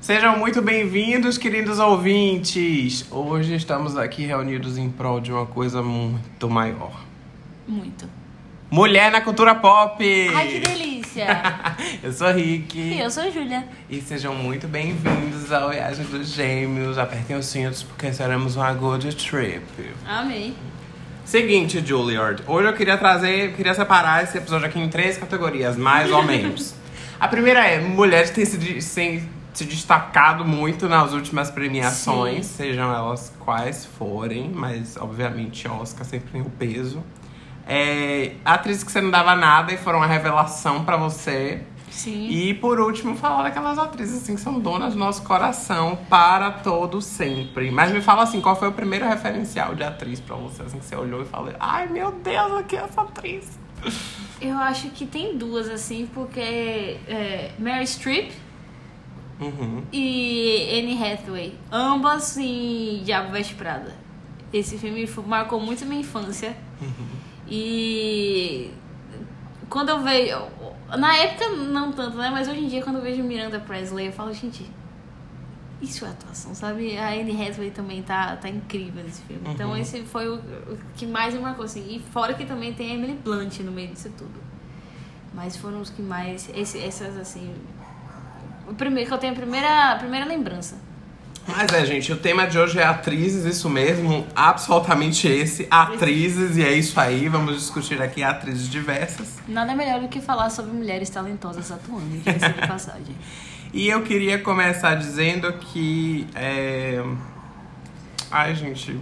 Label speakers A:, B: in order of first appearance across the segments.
A: Sejam muito bem-vindos, queridos ouvintes. Hoje estamos aqui reunidos em prol de uma coisa muito maior.
B: Muito.
A: Mulher na cultura pop.
B: Ai, que delícia!
A: Eu sou Rick.
B: e eu sou a Júlia.
A: E sejam muito bem-vindos ao Viagem dos Gêmeos. Apertem os cintos porque seremos uma good trip.
B: Amei.
A: Seguinte, Juilliard. Hoje eu queria trazer, queria separar esse episódio aqui em três categorias, mais ou menos. A primeira é mulheres têm se, de- sem- se destacado muito nas últimas premiações, sejam elas quais forem, mas obviamente Oscar sempre tem o peso. É, atrizes que você não dava nada e foram uma revelação pra você.
B: Sim.
A: E por último, falar daquelas atrizes assim que são donas do nosso coração para todo sempre. Mas me fala assim, qual foi o primeiro referencial de atriz pra você, assim, que você olhou e falou: "Ai, meu Deus, aqui é essa atriz".
B: Eu acho que tem duas, assim, porque é, Mary Streep
A: Uhum.
B: e Anne Hathaway. Ambas em Diabo Veste Prada. Esse filme fo- marcou muito minha infância. E quando eu vejo. Na época não tanto, né? Mas hoje em dia, quando eu vejo Miranda Presley, eu falo, gente, isso é atuação, sabe? A Anne Hathaway também tá, tá incrível nesse filme. Então esse foi o, o que mais me marcou, assim. E fora que também tem a Emily Blunt no meio disso tudo. Mas foram os que mais. esse- essas assim. O primeiro que eu tenho a primeira, a primeira lembrança.
A: Mas é, gente, o tema de hoje é atrizes, isso mesmo, absolutamente esse, atrizes, e é isso aí, vamos discutir aqui atrizes diversas.
B: Nada melhor do que falar sobre mulheres talentosas atuando, diga-se de passagem.
A: E eu queria começar dizendo que. É... Ai, gente.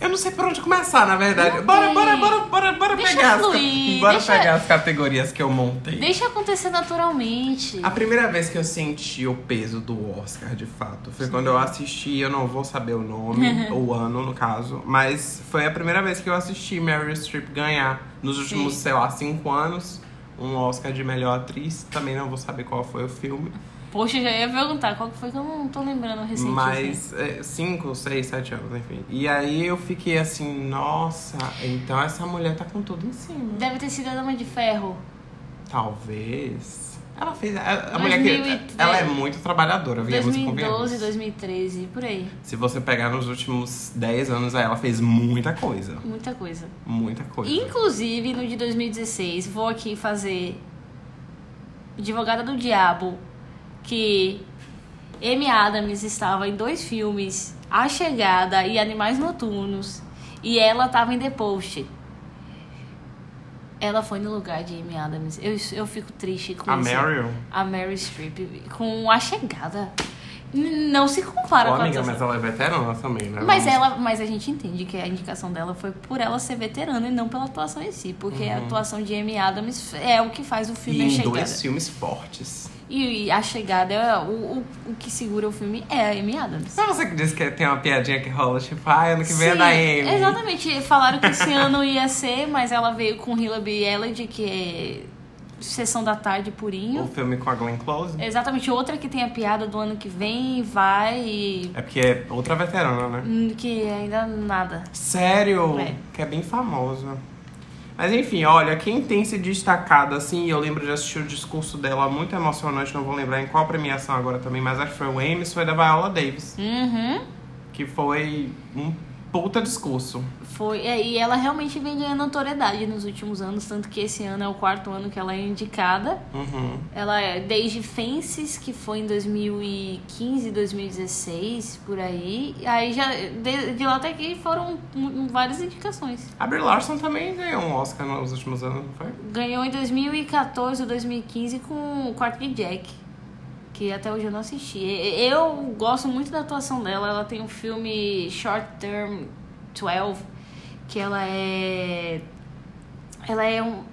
A: Eu não sei por onde começar, na verdade.
B: Não
A: Bora,
B: tem.
A: bora, bora, bora, bora
B: Deixa
A: pegar as ca-
B: fluir,
A: Bora
B: deixa-
A: pegar as categorias que eu montei.
B: Deixa acontecer naturalmente.
A: A primeira vez que eu senti o peso do Oscar, de fato, foi quando eu assisti, eu não vou saber o nome, ou o ano, no caso, mas foi a primeira vez que eu assisti Meryl Streep ganhar nos últimos,
B: Sim.
A: sei lá, cinco anos, um Oscar de melhor atriz. Também não vou saber qual foi o filme.
B: Poxa, já ia perguntar qual que foi que eu não tô lembrando recente. assim.
A: Mas é, cinco, seis, sete anos, enfim. E aí eu fiquei assim, nossa, então essa mulher tá com tudo em cima.
B: Deve ter sido a Dama de Ferro.
A: Talvez. Ela fez. A, a mulher que.
B: 2003.
A: Ela é muito trabalhadora, viemos e convenhamos.
B: 2012, 2013, por aí.
A: Se você pegar nos últimos 10 anos, aí ela fez muita coisa.
B: Muita coisa.
A: Muita coisa.
B: Inclusive, no de 2016, vou aqui fazer Advogada do Diabo, que Amy Adams estava em dois filmes, A Chegada e Animais Noturnos, e ela estava em The Post. Ela foi no lugar de Amy Adams. Eu, eu fico triste com
A: a
B: isso.
A: Meryl.
B: A Mary Streep com A Chegada. N- Não se compara
A: Ô,
B: com a
A: amiga,
B: atuação.
A: mas ela é veterana também, né?
B: Mas ela, mas a gente entende que a indicação dela foi por ela ser veterana e não pela atuação em si, porque a atuação de Amy Adams é o que faz o
A: Uhum. E
B: filme a
A: em
B: chegada.
A: dois filmes fortes.
B: E, e a chegada é o, o, o que segura o filme é a Amy Adams.
A: Não é você que disse que tem uma piadinha que rola, tipo, ah, ano que vem é
B: Sim,
A: da Amy.
B: Exatamente. Falaram que esse ano ia ser, mas ela veio com Hillaby Elodie, que é Sessão da Tarde
A: O
B: purinho.
A: filme com a Glenn Close.
B: Exatamente, outra que tem a piada do ano que vem, vai e.
A: É porque é outra veterana, né?
B: hum, Que ainda nada.
A: Sério?
B: É.
A: Que é bem famosa. Mas enfim, olha, quem tem se destacado assim, eu lembro de assistir o discurso dela muito emocionante, não vou lembrar em qual premiação agora também, mas acho que foi o Emmys, foi da Viola Davis,
B: Uhum.
A: que foi um puta discurso.
B: Foi, é, e ela realmente vem ganhando notoriedade nos últimos anos, tanto que esse ano é o quarto ano que ela é indicada.
A: Uhum.
B: Ela é desde Fences, que foi em 2015, 2016, por aí. E Aí já de, de lá até aqui foram hum, várias indicações.
A: A Brie Larson também ganhou um Oscar nos últimos anos, não foi?
B: Ganhou em 2014 ou 2015 com o quarto de Jack, que até hoje eu não assisti. E- e- Eu gosto muito da atuação dela. Ela tem um filme Short Term 12, que ela é. Ela é um.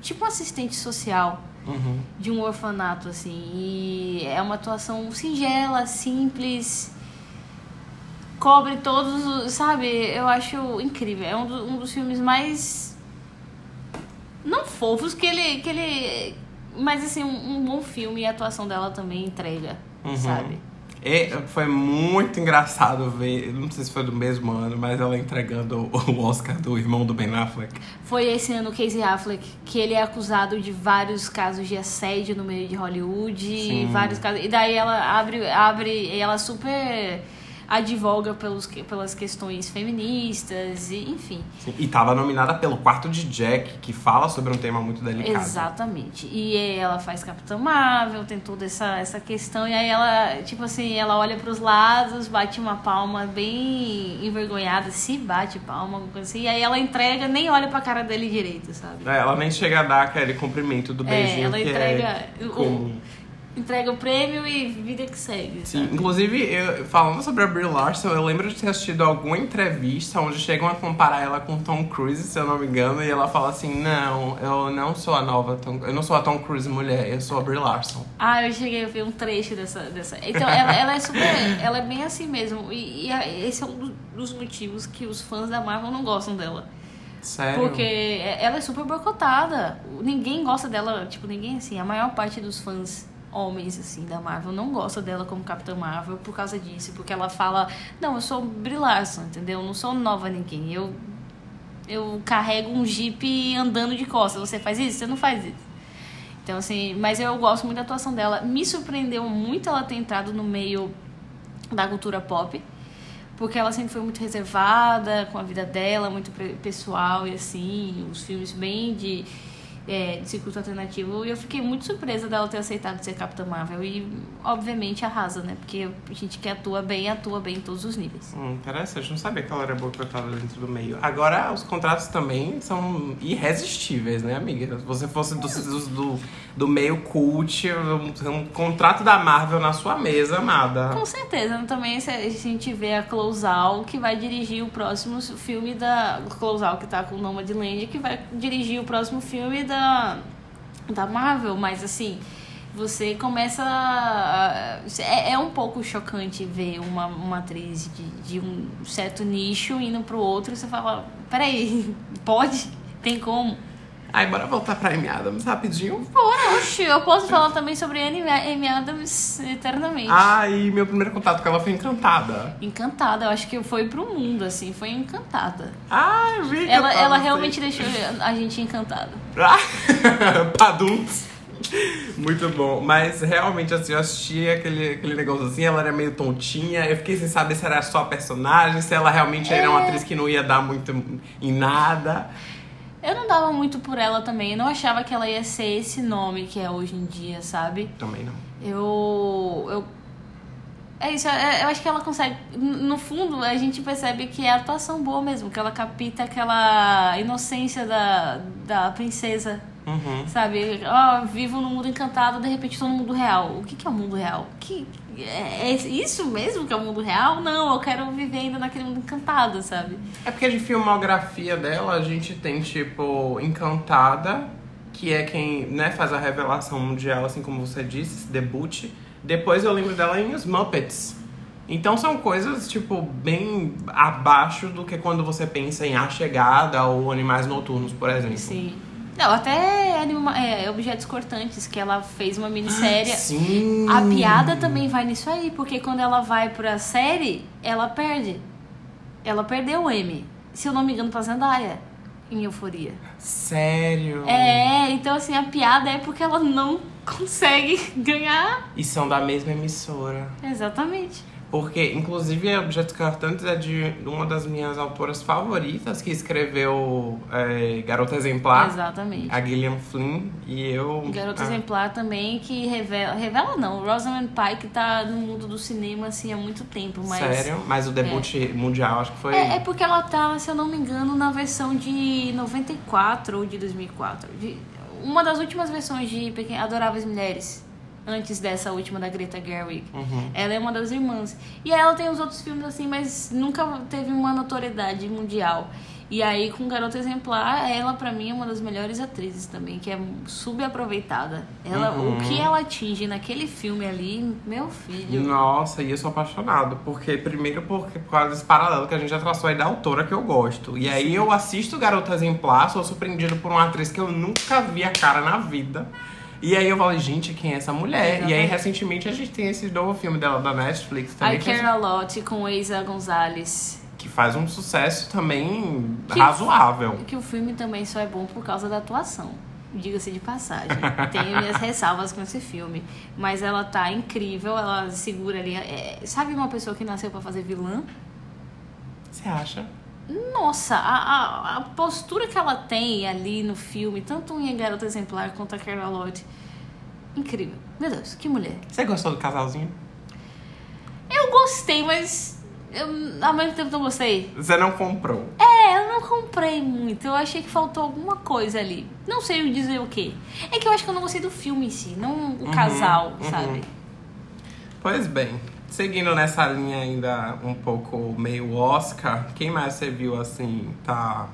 B: Tipo um assistente social
A: Uhum.
B: de um orfanato, assim. E é uma atuação singela, simples. Cobre todos os. Sabe? Eu acho incrível. É um, do- um dos filmes mais. Não fofos, que ele. Que ele mas, assim, um, um bom filme e a atuação dela também entrega,
A: Uhum.
B: sabe?
A: E foi muito engraçado ver, não sei se foi do mesmo ano, mas ela entregando o- o Oscar do irmão do Ben Affleck.
B: Foi esse ano o Casey Affleck, que ele é acusado de vários casos de assédio no meio de Hollywood,
A: Sim.
B: vários casos. E daí ela abre, abre e ela super advoga pelos, que- pelas questões feministas, e enfim.
A: E tava nominada pelo quarto de Jack, que fala sobre um tema muito delicado.
B: Exatamente. E ela faz Capitã Marvel, tem toda essa, essa questão. E aí ela, tipo assim, ela olha pros lados, bate uma palma bem envergonhada, se bate palma, alguma coisa assim. E aí ela entrega, nem olha pra cara dele direito, sabe?
A: É, Ela nem chega a dar aquele cumprimento do
B: É,
A: beijinho
B: ela
A: que é
B: entrega o-
A: comum.
B: Entrega o prêmio e vida que segue.
A: Sim,
B: sabe?
A: inclusive, eu- falando sobre a Brie Larson, eu lembro de ter assistido alguma entrevista onde chegam a comparar ela com Tom Cruise, se eu não me engano, e ela fala assim, não, eu não sou a nova Tom, eu não sou a Tom Cruise mulher, eu sou a Brie Larson.
B: Ah, eu cheguei a ver um trecho dessa. dessa. Então, ela, ela é super. Ela é bem assim mesmo. E, e a- esse é um do- dos motivos que os fãs da Marvel não gostam dela.
A: Sério?
B: Porque ela é super boicotada. Ninguém gosta dela, tipo, ninguém assim. A maior parte dos fãs homens, assim, da Marvel não gosta dela como Capitã Marvel por causa disso. Porque ela fala, não, eu sou Brie Larson, entendeu? Eu não sou nova ninguém. Eu, eu carrego um jipe andando de costas. Você faz isso? Você não faz isso. Então, assim, mas eu gosto muito da atuação dela. Me surpreendeu muito ela ter entrado no meio da cultura pop. Porque ela sempre foi muito reservada com a vida dela, muito pre- pessoal e assim, os filmes bem de, é, de circuito alternativo. E eu fiquei muito surpresa dela ter aceitado ser Capitã Marvel. E, obviamente, arrasa, né? Porque a gente que atua bem, atua bem em todos os níveis.
A: Hum, interessante, não sabia que ela era boicotada dentro do meio. Agora, os contratos também são irresistíveis, né, amiga? Se você fosse do, do, do meio cult, um, um contrato da Marvel na sua mesa, amada.
B: Com certeza, né? também se a gente vê a Clouzal, que vai dirigir o próximo filme da... Clouzal, que tá com o Nomadland, que vai dirigir o próximo filme da, da Marvel. Mas, assim, você começa... a- É, é um pouco chocante ver uma, uma atriz de, de um certo nicho indo pro outro e você fala, peraí, pode? Tem como?
A: Aí, bora voltar pra Amy Adams rapidinho.
B: Bora, oxi, eu posso falar também sobre Amy Amy Adams eternamente.
A: Ai, meu primeiro contato com ela foi encantada.
B: Encantada, eu acho que foi pro mundo, assim, foi encantada.
A: Ai, vi que eu
B: Ela,
A: tava
B: ela
A: assim.
B: realmente deixou a gente encantada.
A: Ah, Padutz. Muito bom. Mas realmente, assim, eu assisti aquele, aquele negócio assim, ela era meio tontinha. Eu fiquei sem saber se era só a personagem, se ela realmente era uma atriz que não ia dar muito em nada.
B: Eu não dava muito por ela também, eu não achava que ela ia ser esse nome que é hoje em dia, sabe?
A: Também não.
B: Eu. eu é isso, é- eu acho que ela consegue. n- No fundo, a gente percebe que é a atuação boa mesmo, que ela capta aquela inocência da, da princesa.
A: Uhum.
B: Sabe? Ó, vivo num mundo encantado, de repente estou no mundo real. O que, que é o mundo real? Que, é, é isso mesmo que é o mundo real? Não, eu quero viver ainda naquele mundo encantado, sabe?
A: É porque de filmografia dela, a gente tem, tipo, Encantada, que é quem né, faz a revelação mundial, assim como você disse, esse debut. Depois eu lembro dela em Os Muppets. Então são coisas, tipo, bem abaixo do que quando você pensa em A Chegada ou Animais Noturnos, por exemplo.
B: Sim. Assim, Não, até anima, é, objetos cortantes, que ela fez uma minissérie.
A: Sim.
B: A piada também vai nisso aí, porque quando ela vai pra série, ela perde. Ela perdeu o M. Se eu não me engano, tá pra Zendaya, em Euforia.
A: Sério.
B: É, então assim, a piada é porque ela não consegue ganhar
A: E são da mesma emissora.
B: Exatamente.
A: Porque, inclusive, Objetos Cortantes é de uma das minhas autoras favoritas, que escreveu é, Garota Exemplar,
B: Exatamente.
A: a Gillian Flynn, e eu...
B: Garota
A: ah,
B: Exemplar também, que revela. Revela não, Rosamund Pike tá no mundo do cinema assim há muito tempo, mas.
A: Sério? Mas o debut mundial, acho que foi...
B: É, é porque ela tava, se eu não me engano, na versão de 94 ou de 2004. De, uma das últimas versões de Pequen- Adoráveis Mulheres, antes dessa última da Greta Gerwig.
A: Uhum.
B: Ela é uma das irmãs. E aí ela tem os outros filmes assim, mas nunca teve uma notoriedade mundial. E aí, com Garota Exemplar, ela pra mim é uma das melhores atrizes também, que é subaproveitada. Ela,
A: Uhum.
B: O que ela atinge naquele filme ali, meu filho.
A: Nossa, e eu sou apaixonado, porque primeiro porque por causa desse paralelo que a gente já traçou aí da autora que eu gosto. E aí eu assisto Garota Exemplar, sou surpreendido por uma atriz que eu nunca vi a cara na vida. E aí eu falo, gente, quem é essa mulher? E aí,
B: Exatamente.
A: recentemente, a gente tem esse novo filme dela da Netflix
B: I
A: também, que,
B: Care a Lot com Eiza Gonzalez.
A: que faz um sucesso também
B: Que-
A: razoável.
B: Que o filme também só é bom por causa da atuação. Diga-se de passagem. Tenho minhas ressalvas com esse filme. Mas ela tá incrível, ela segura ali. é, sabe uma pessoa que nasceu pra fazer vilã?
A: Você acha?
B: Nossa, a, a- a postura que ela tem ali no filme, tanto em A Garota Exemplar quanto a Carol Lloyd, incrível. Meu Deus, que mulher.
A: Você gostou do casalzinho?
B: Eu gostei, mas eu, ao mesmo tempo não gostei.
A: Você não comprou.
B: É, eu não comprei muito. Eu achei que faltou alguma coisa ali. Não sei dizer o quê. É que eu acho que eu não gostei do filme em si, não o casal, sabe?
A: Pois bem, seguindo nessa linha ainda um pouco meio Oscar, quem mais você viu assim, tá.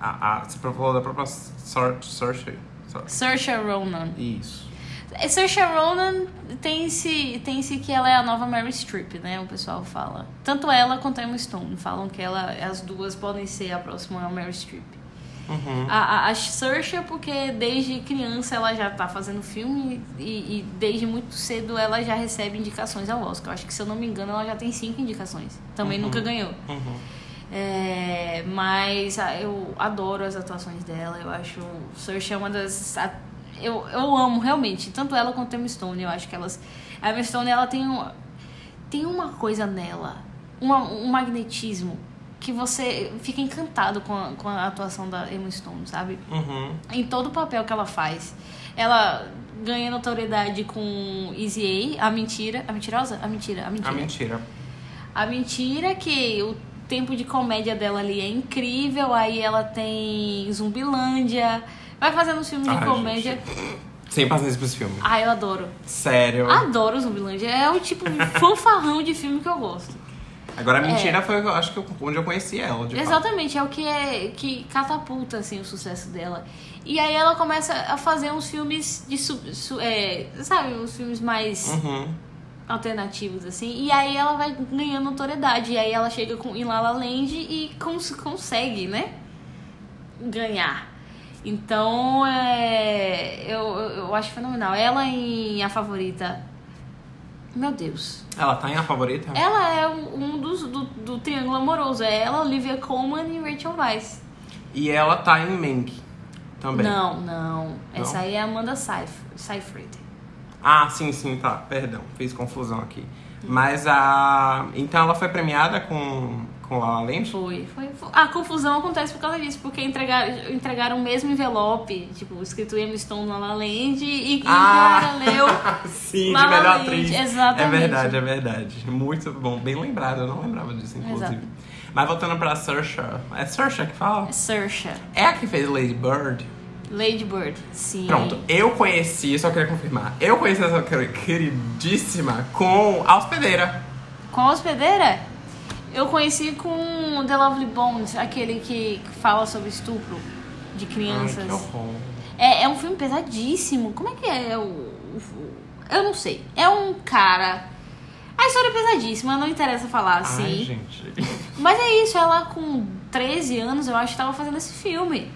A: A, a, você falou da própria Sor- Saoirse. Saoirse.
B: Saoirse Ronan.
A: Isso.
B: É, Saoirse Ronan tem esse, tem esse que ela é a nova Mary Streep, né? O pessoal fala. Tanto ela quanto a Emma Stone falam que ela, as duas podem ser a próxima Mary Streep.
A: Uhum,
B: A, a, a Saoirse, é porque desde criança ela já tá fazendo filme e, e desde muito cedo ela já recebe indicações ao Oscar. Eu acho que, se eu não me engano, ela já tem cinco indicações. Também nunca ganhou.
A: Uhum.
B: É, mas ah, eu adoro as atuações dela. Eu acho Saoirse é uma das. a- Eu, eu amo realmente, tanto ela quanto a Emma Stone. Eu acho que elas. A Emma Stone ela tem, um, tem uma coisa nela, uma- um magnetismo, que você fica encantado com a, com a atuação da Emma Stone, sabe?
A: Uhum.
B: em todo o papel que ela faz. Ela ganha notoriedade com Easy A, a mentira. A mentirosa? A mentira, a mentira.
A: A Ah, mentira.
B: A mentira é que o tempo de comédia dela ali é incrível, aí ela tem Zumbilândia. Vai fazendo uns filmes de
A: Ai,
B: comédia.
A: Sem paciência pra esse filme.
B: Ah, eu adoro.
A: Sério.
B: Adoro Zumbilândia. É o tipo fanfarrão de filme que eu gosto.
A: Agora a mentira foi, eu acho que eu- onde eu conheci ela. De fato.
B: é. Exatamente, é o que é que catapulta assim o sucesso dela. E aí ela começa a fazer uns filmes de sub, su- é, sabe, uns filmes mais
A: Uhum.
B: alternativos assim. E aí ela vai ganhando notoriedade e aí ela chega com em La La Land e cons- consegue, né? Ganhar. Então, é, eu, eu eu acho fenomenal. Ela em A Favorita. Meu Deus.
A: Ela tá em a favorita?
B: Ela é um um dos do, do triângulo amoroso. É ela, Olivia Colman e Rachel Weisz.
A: E ela tá em Mank também.
B: Não, não. Essa aí é Amanda Seyf- Seyfried.
A: Ah, sim, sim, tá. Perdão, fiz confusão aqui. Mas a. Então ela foi premiada com, com La La Land?
B: Foi, foi, foi. A confusão acontece por causa disso, porque entregaram, entregaram o mesmo envelope, tipo, escrito Emma Stone na La La Land e, e
A: Ah!
B: o cara leu.
A: Sim,
B: La La
A: de melhor
B: Land,
A: atriz.
B: exatamente.
A: É verdade, é verdade. Muito bom, bem lembrado, eu não lembrava disso, inclusive.
B: Exato.
A: Mas voltando pra Saoirse. É Saoirse que fala?
B: Saoirse,
A: É a que fez Lady Bird?
B: Lady Bird, sim.
A: Pronto, eu conheci, só queria confirmar. Eu conheci essa quer- queridíssima com a hospedeira.
B: Com a hospedeira, eu conheci com The Lovely Bones, aquele que fala sobre estupro de
A: Ai,
B: crianças.
A: que horror.
B: É, é um filme pesadíssimo. Como é que é o, o- o- Eu não sei. É um cara. A história é pesadíssima, não interessa falar assim.
A: Ai, gente.
B: Mas é isso, ela com 13 anos, eu acho, tava fazendo esse filme.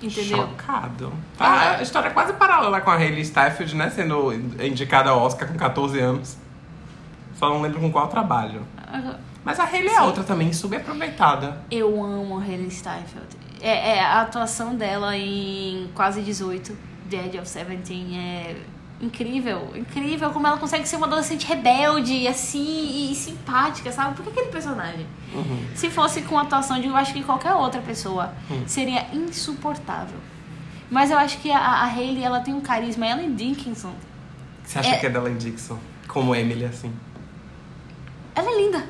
B: Entendeu?
A: Chocado. Tá, a história é quase paralela com a Hayley Steinfeld, né? Sendo indicada ao Oscar com 14 anos. Só não lembro com qual trabalho. Mas a Hayley é outra também, subaproveitada.
B: Eu amo a Haley Steinfeld. É, é, a atuação dela em quase 18, The Age of 17, é incrível. Incrível como ela consegue ser uma adolescente rebelde, assim, e simpática, sabe? Por que aquele personagem?
A: Uhum.
B: Se fosse com a atuação de eu acho que qualquer outra pessoa, seria insuportável. Mas eu acho que a, a Hayley, ela tem um carisma. Ela em Dickinson,
A: Você acha
B: É.
A: que é da Ellen Dixon? Como Emily, assim.
B: Ela é linda.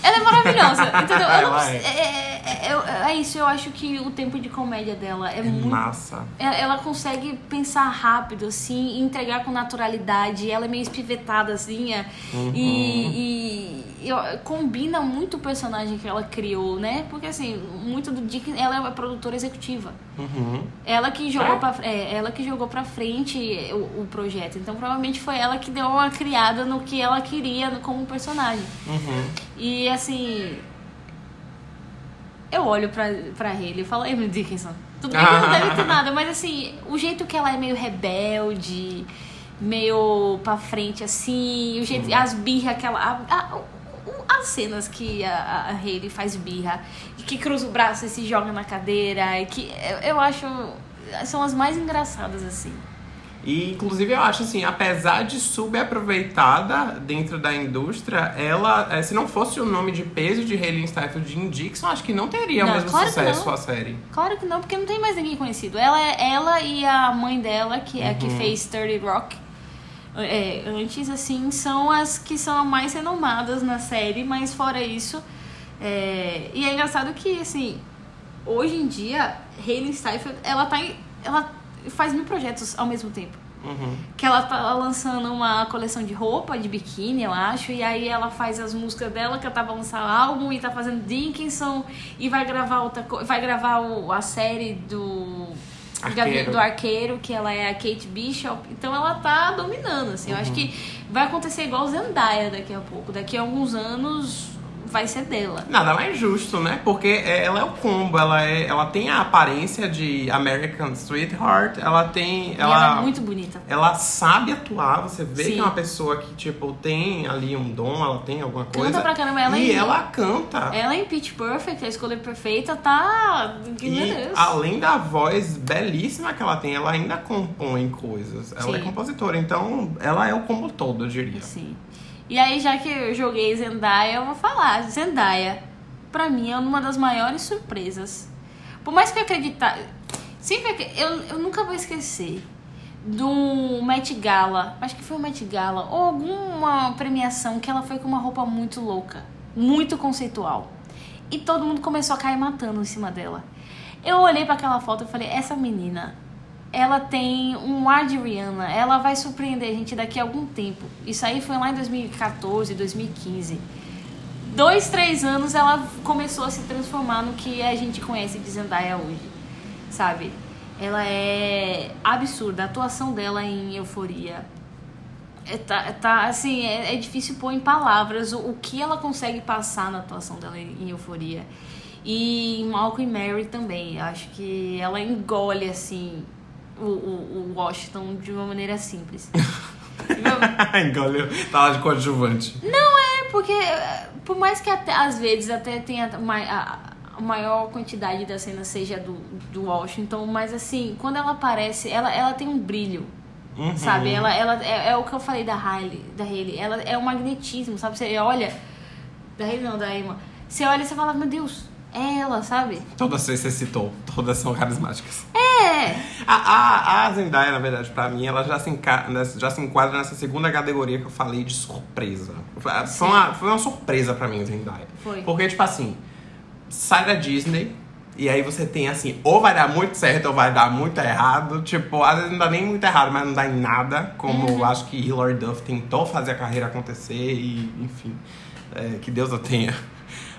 B: Ela é maravilhosa, entendeu? Eu não
A: Ela
B: preciso- é. é- é- é- é isso, eu acho que o tempo de comédia dela é,
A: É
B: muito.
A: massa.
B: Ela, ela consegue pensar rápido, assim, e entregar com naturalidade. Ela é meio espivetadazinha. E, e eu- combina muito o personagem que ela criou, né? Porque, assim, muito do Dick, ela é uma produtora executiva.
A: Uhum.
B: Ela que jogou
A: É?
B: pra para ela que jogou para frente o, o projeto. Então provavelmente foi ela que deu uma criada no que ela queria no- como personagem.
A: Uhum.
B: E assim, eu olho pra, pra ele e falo, Emily Dickinson, Tudo bem que não deve ter nada, mas assim, o jeito que ela é meio rebelde, meio pra frente, assim, o jeito, as birras que ela. a- a- o- as cenas que a, a- a Hayley faz birra, e que cruza o braço e se joga na cadeira, e que eu, eu acho. São as mais engraçadas, assim.
A: E, inclusive, eu acho assim, apesar de subaproveitada dentro da indústria, ela, eh, se não fosse o nome de peso de Hayley Steinfeld e Jim Dixon, acho que não teria
B: Não,
A: o mesmo
B: claro que
A: sucesso
B: não.
A: a série.
B: Claro que não, porque não tem mais ninguém conhecido. Ela, é- ela e a mãe dela, que é a que fez 30 Rock, é, antes, assim, são as que são mais renomadas na série, mas fora isso. é, E é engraçado que, assim, hoje em dia, Hayley Steinfeld, ela tá em- Ela faz mil projetos ao mesmo tempo.
A: Uhum.
B: Que ela tá lançando uma coleção de roupa, de biquíni, eu acho. E aí ela faz as músicas dela, que ela tá lançando álbum e tá fazendo Dickinson. E vai gravar outra co- vai gravar o- a série do...
A: Arqueiro.
B: do Arqueiro, que ela é a Kate Bishop. Então ela tá dominando, assim. Eu
A: Uhum.
B: acho que vai acontecer igual Zendaya daqui a pouco. Daqui a alguns anos vai ser dela.
A: Nada mais justo, né? Porque eh, ela é o combo, ela, é, ela tem a aparência de American Sweetheart, ela tem.
B: E ela é muito bonita.
A: ela sabe atuar, você vê
B: Sim.
A: que é uma pessoa que, tipo, tem ali um dom, ela tem alguma
B: Canta
A: coisa.
B: pra caramba, ela
A: E
B: é-
A: ela canta.
B: Ela é em Pitch Perfect, a escolha perfeita, tá... Meu
A: E
B: Deus.
A: além da voz belíssima que ela tem, ela ainda compõe coisas. Ela é
B: Sim.
A: compositora, então ela é o combo todo, eu diria.
B: Sim. E aí, já que eu joguei Zendaya, eu vou falar. Zendaya, pra mim, é uma das maiores surpresas. Por mais que eu acreditar... Sempre acre- eu, eu nunca vou esquecer do Met Gala. Acho que foi o Met Gala. Ou alguma premiação que ela foi com uma roupa muito louca. Muito conceitual. E todo mundo começou a cair matando em cima dela. Eu olhei pra aquela foto e falei, essa menina ela tem um ar de Rihanna. Ela vai surpreender a gente daqui a algum tempo. Isso aí foi lá em 2014, 2015. Dois, três anos ela começou a se transformar no que a gente conhece de Zendaya hoje. Sabe? Ela é absurda. A atuação dela em Euforia. É, tá, tá, assim, é, é difícil pôr em palavras o, o que ela consegue passar na atuação dela em, em Euforia. E em Malcolm e Mary também. Eu acho que ela engole, assim, o, o, o Washington de uma maneira simples.
A: Engoliu. Tá lá de coadjuvante.
B: É, porque eh, por mais que até, às vezes até tenha mai- a, a maior quantidade da cena seja do, do Washington, mas assim, quando ela aparece, ela, ela tem um brilho.
A: Uhum.
B: Sabe? Ela, ela é, é o que eu falei da Hailey, da Hailey. Ela é um magnetismo, sabe? Você olha. Da Hailey não, da Emma. Você olha e você fala, meu Deus, é ela, sabe?
A: Todas vocês você citou, todas são carismáticas.
B: É!
A: A, a, a Zendaya, na verdade, pra mim, ela já se, enca- nessa- já se enquadra nessa segunda categoria que eu falei de surpresa. Foi foi uma, foi uma surpresa pra mim, Zendaya.
B: Foi.
A: Porque, tipo assim, sai da Disney. E aí você tem assim, ou vai dar muito certo ou vai dar muito errado. Tipo, às vezes não dá nem muito errado, mas não dá em nada. Como eu acho que Hilary Duff tentou fazer a carreira acontecer e, enfim, é, que Deus a tenha.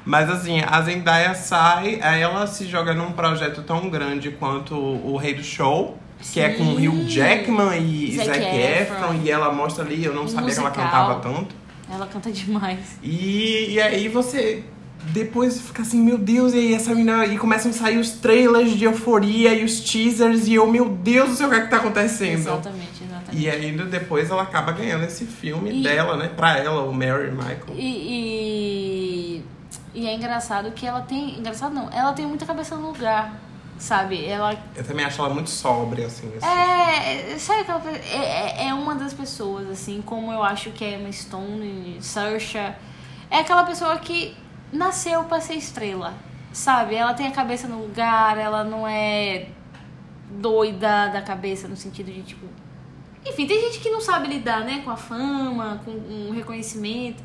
A: Mas assim, a Zendaya sai, aí ela se joga num projeto tão grande quanto o Rei do Show. Que é com
B: Sim.
A: Hugh Jackman e
B: Zac
A: Zac, Efron.
B: Efron.
A: E ela mostra ali, eu não
B: Um
A: sabia que
B: musical.
A: ela cantava tanto.
B: Ela canta demais.
A: E, e aí você depois fica assim, meu Deus, e aí essa menina. E começam a sair os trailers de euforia e os teasers, e eu, meu Deus do céu, o que é que tá acontecendo?
B: Exatamente, exatamente.
A: E ainda depois ela acaba ganhando esse filme
B: E-
A: dela, né? Pra ela, o Mary Michael.
B: E, e, e é engraçado que ela tem. Engraçado não, ela tem muita cabeça no lugar, sabe? Ela
A: Eu também acho ela muito sóbria, assim. assim.
B: É, sabe aquela pe- é, é- é uma das pessoas, assim, como eu acho que é Emma Stone, Saoirse. É aquela pessoa que nasceu pra ser estrela, sabe? Ela tem a cabeça no lugar, ela não é doida da cabeça no sentido de, tipo... Enfim, tem gente que não sabe lidar, né, com a fama, com o reconhecimento.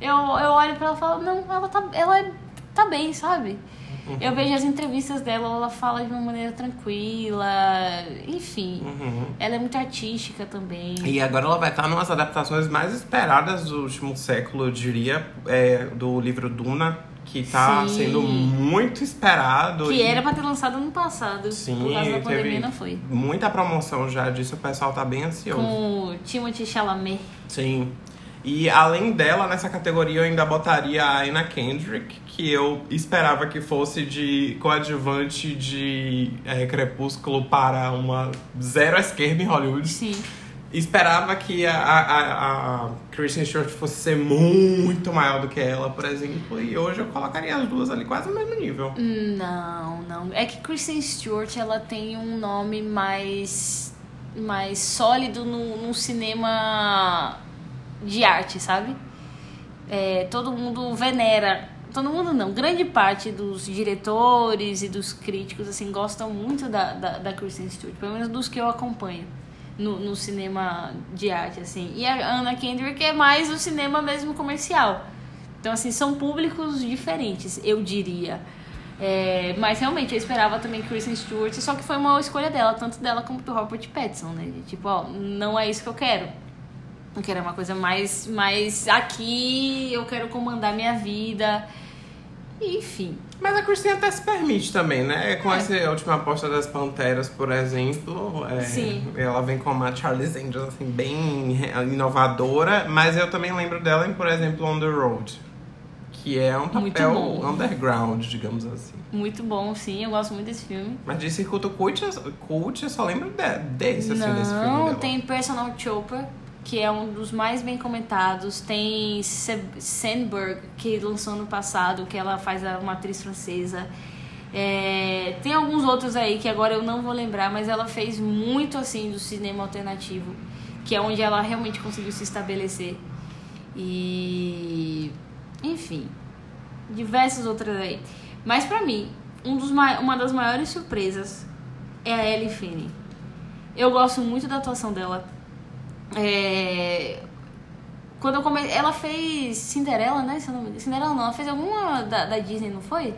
B: Eu, eu olho pra ela e falo, não, ela tá, ela é- tá bem, sabe?
A: Uhum.
B: Eu vejo as entrevistas dela, ela fala de uma maneira tranquila, enfim.
A: Uhum.
B: Ela é muito artística também.
A: E agora ela vai estar numas adaptações mais esperadas do último século, eu diria, é, do livro Duna, que tá
B: Sim.
A: sendo muito esperado.
B: Que é
A: e-
B: era pra ter lançado ano passado.
A: Sim,
B: por causa da pandemia
A: teve
B: não foi.
A: Muita promoção já disso, o pessoal tá bem ansioso.
B: Com o Timothy Chalamet.
A: Sim. E além dela, nessa categoria, eu ainda botaria a Anna Kendrick, que eu esperava que fosse de coadjuvante de é, Crepúsculo para uma zero à esquerda em Hollywood.
B: Sim.
A: Esperava que a, a, a- a Kristen Stewart fosse ser muito maior do que ela, por exemplo. E hoje eu colocaria as duas ali quase no mesmo nível.
B: Não, não. É que Kristen Stewart, ela tem um nome mais mais sólido no, num cinema de arte, sabe? É, todo mundo venera. Todo mundo não. Grande parte dos diretores e dos críticos, assim, gostam muito da, da, da Kristen Stewart. Pelo menos dos que eu acompanho no, no cinema de arte, assim. E a Anna Kendrick é mais o cinema mesmo comercial. Então, assim, são públicos diferentes, eu diria. É, mas realmente eu esperava também Kristen Stewart, só que foi uma escolha dela, tanto dela como do Robert Pattinson, né? De Tipo, ó, não é isso que eu quero. Eu quero uma coisa mais, mais aqui, eu quero comandar minha vida. Enfim.
A: Mas a Kristen até se permite também, né? Com
B: É.
A: essa última aposta das Panteras, por exemplo, é,
B: Sim.
A: ela vem com uma Charlie's Angels, assim, bem inovadora. Mas eu também lembro dela em, por exemplo, On The Road. Que é um
B: Muito
A: papel
B: bom.
A: underground, digamos assim.
B: Muito bom, sim, eu gosto muito desse filme.
A: Mas de circuito cult, eu- cult eu só lembro de- desse, assim, desse filme
B: Não,
A: dela.
B: tem Personal Chopper, que é um dos mais bem comentados. Tem Se- Sandberg, que lançou ano passado, que ela faz a- uma atriz francesa. É, tem alguns outros aí que agora eu não vou lembrar, mas ela fez muito assim do cinema alternativo, que é onde ela realmente conseguiu se estabelecer. E enfim, diversas outras aí. Mas pra mim, um dos mai- uma das maiores surpresas é a Ellie Fanning. Eu gosto muito da atuação dela. É, Quando eu comecei. Ela fez Cinderela, né? Seu nome... Cinderela não, ela fez alguma da, da Disney, não foi?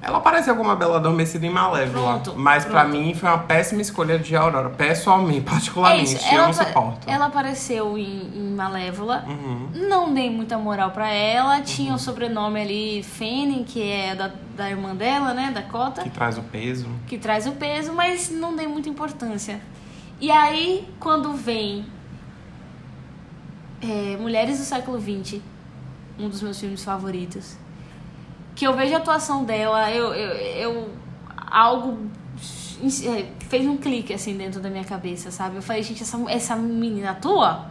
A: Ela apareceu como uma bela adormecida em Malévola.
B: Pronto,
A: mas pra
B: pronto.
A: mim foi uma péssima escolha de Aurora. Pessoalmente, particularmente. eu não
B: apa-
A: suporto.
B: É ela apareceu em, em Malévola.
A: Uhum.
B: Não dei muita moral pra ela. Tinha o sobrenome ali, Fanny, que é da, da irmã dela, né? Da Cota.
A: Que traz o peso.
B: que traz o peso, mas não dei muita importância. E aí, quando vem é, Mulheres do Século XX, um dos meus filmes favoritos, que eu vejo a atuação dela, eu, eu, eu- algo é, fez um clique assim dentro da minha cabeça, sabe? Eu falei, gente, essa, essa menina atua?